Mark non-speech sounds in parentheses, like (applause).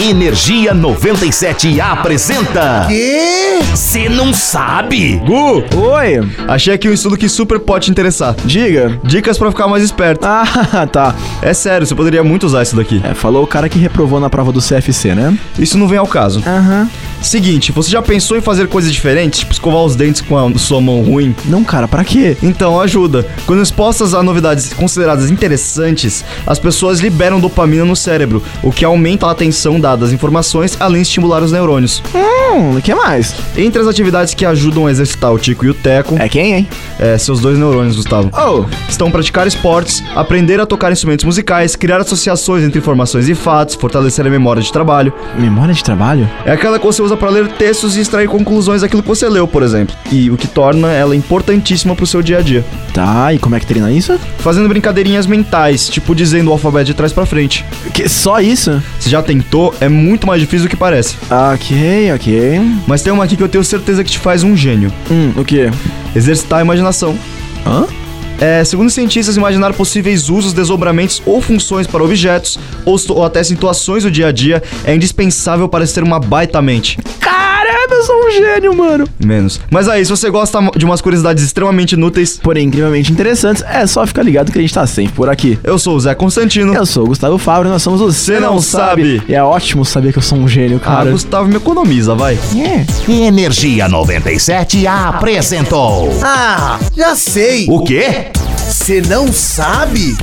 Energia 97 apresenta. Quê? Você não sabe? Gu, Oi? achei aqui um estudo que super pode te interessar. Diga. (laughs) Dicas pra ficar mais esperto. Ah, tá. É sério, você poderia muito usar isso daqui. É, falou o cara que reprovou na prova do CFC, né? Isso não vem ao caso. Aham. Seguinte, você já pensou em fazer coisas diferentes? Tipo escovar os dentes com a sua mão ruim? Não, cara, pra quê? Então ajuda. Quando expostas a novidades consideradas interessantes, as pessoas liberam dopamina no cérebro, o que aumenta a atenção dada às informações, além de estimular os neurônios. Hum, o que mais? Entre as atividades que ajudam a exercitar o tico e o teco, É quem, hein? é, seus dois neurônios, Gustavo. Oh. estão praticar esportes, aprender a tocar instrumentos musicais, criar associações entre informações e fatos, fortalecer a memória de trabalho. Memória de trabalho? É aquela que você usa para ler textos e extrair conclusões daquilo que você leu, por exemplo, e o que torna ela importantíssima pro seu dia a dia. Tá, e como é que treina isso? Fazendo brincadeirinhas mentais, tipo dizendo o alfabeto de trás pra frente. Que, só isso? Se já tentou, é muito mais difícil do que parece. Ok, ok. Mas tem uma aqui que eu tenho certeza que te faz um gênio. Hum, o quê? Exercitar a imaginação. Hã? É, segundo cientistas, imaginar possíveis usos, desdobramentos ou funções para objetos ou, s- ou até situações do dia a dia é indispensável para ser uma baita mente. Caramba, eu sou um gênio, mano. Menos. Mas aí, se você gosta de umas curiosidades extremamente inúteis, Porém, incrivelmente interessantes, é só ficar ligado que a gente tá sempre por aqui. eu sou o Zé Constantino. Eu sou o Gustavo Fábio, nós somos o Cê Não Sabe. E é ótimo saber que eu sou um gênio, Ah, cara. Gustavo me economiza, vai. É. Energia 97 apresentou. Ah, já sei. O quê? Você não sabe?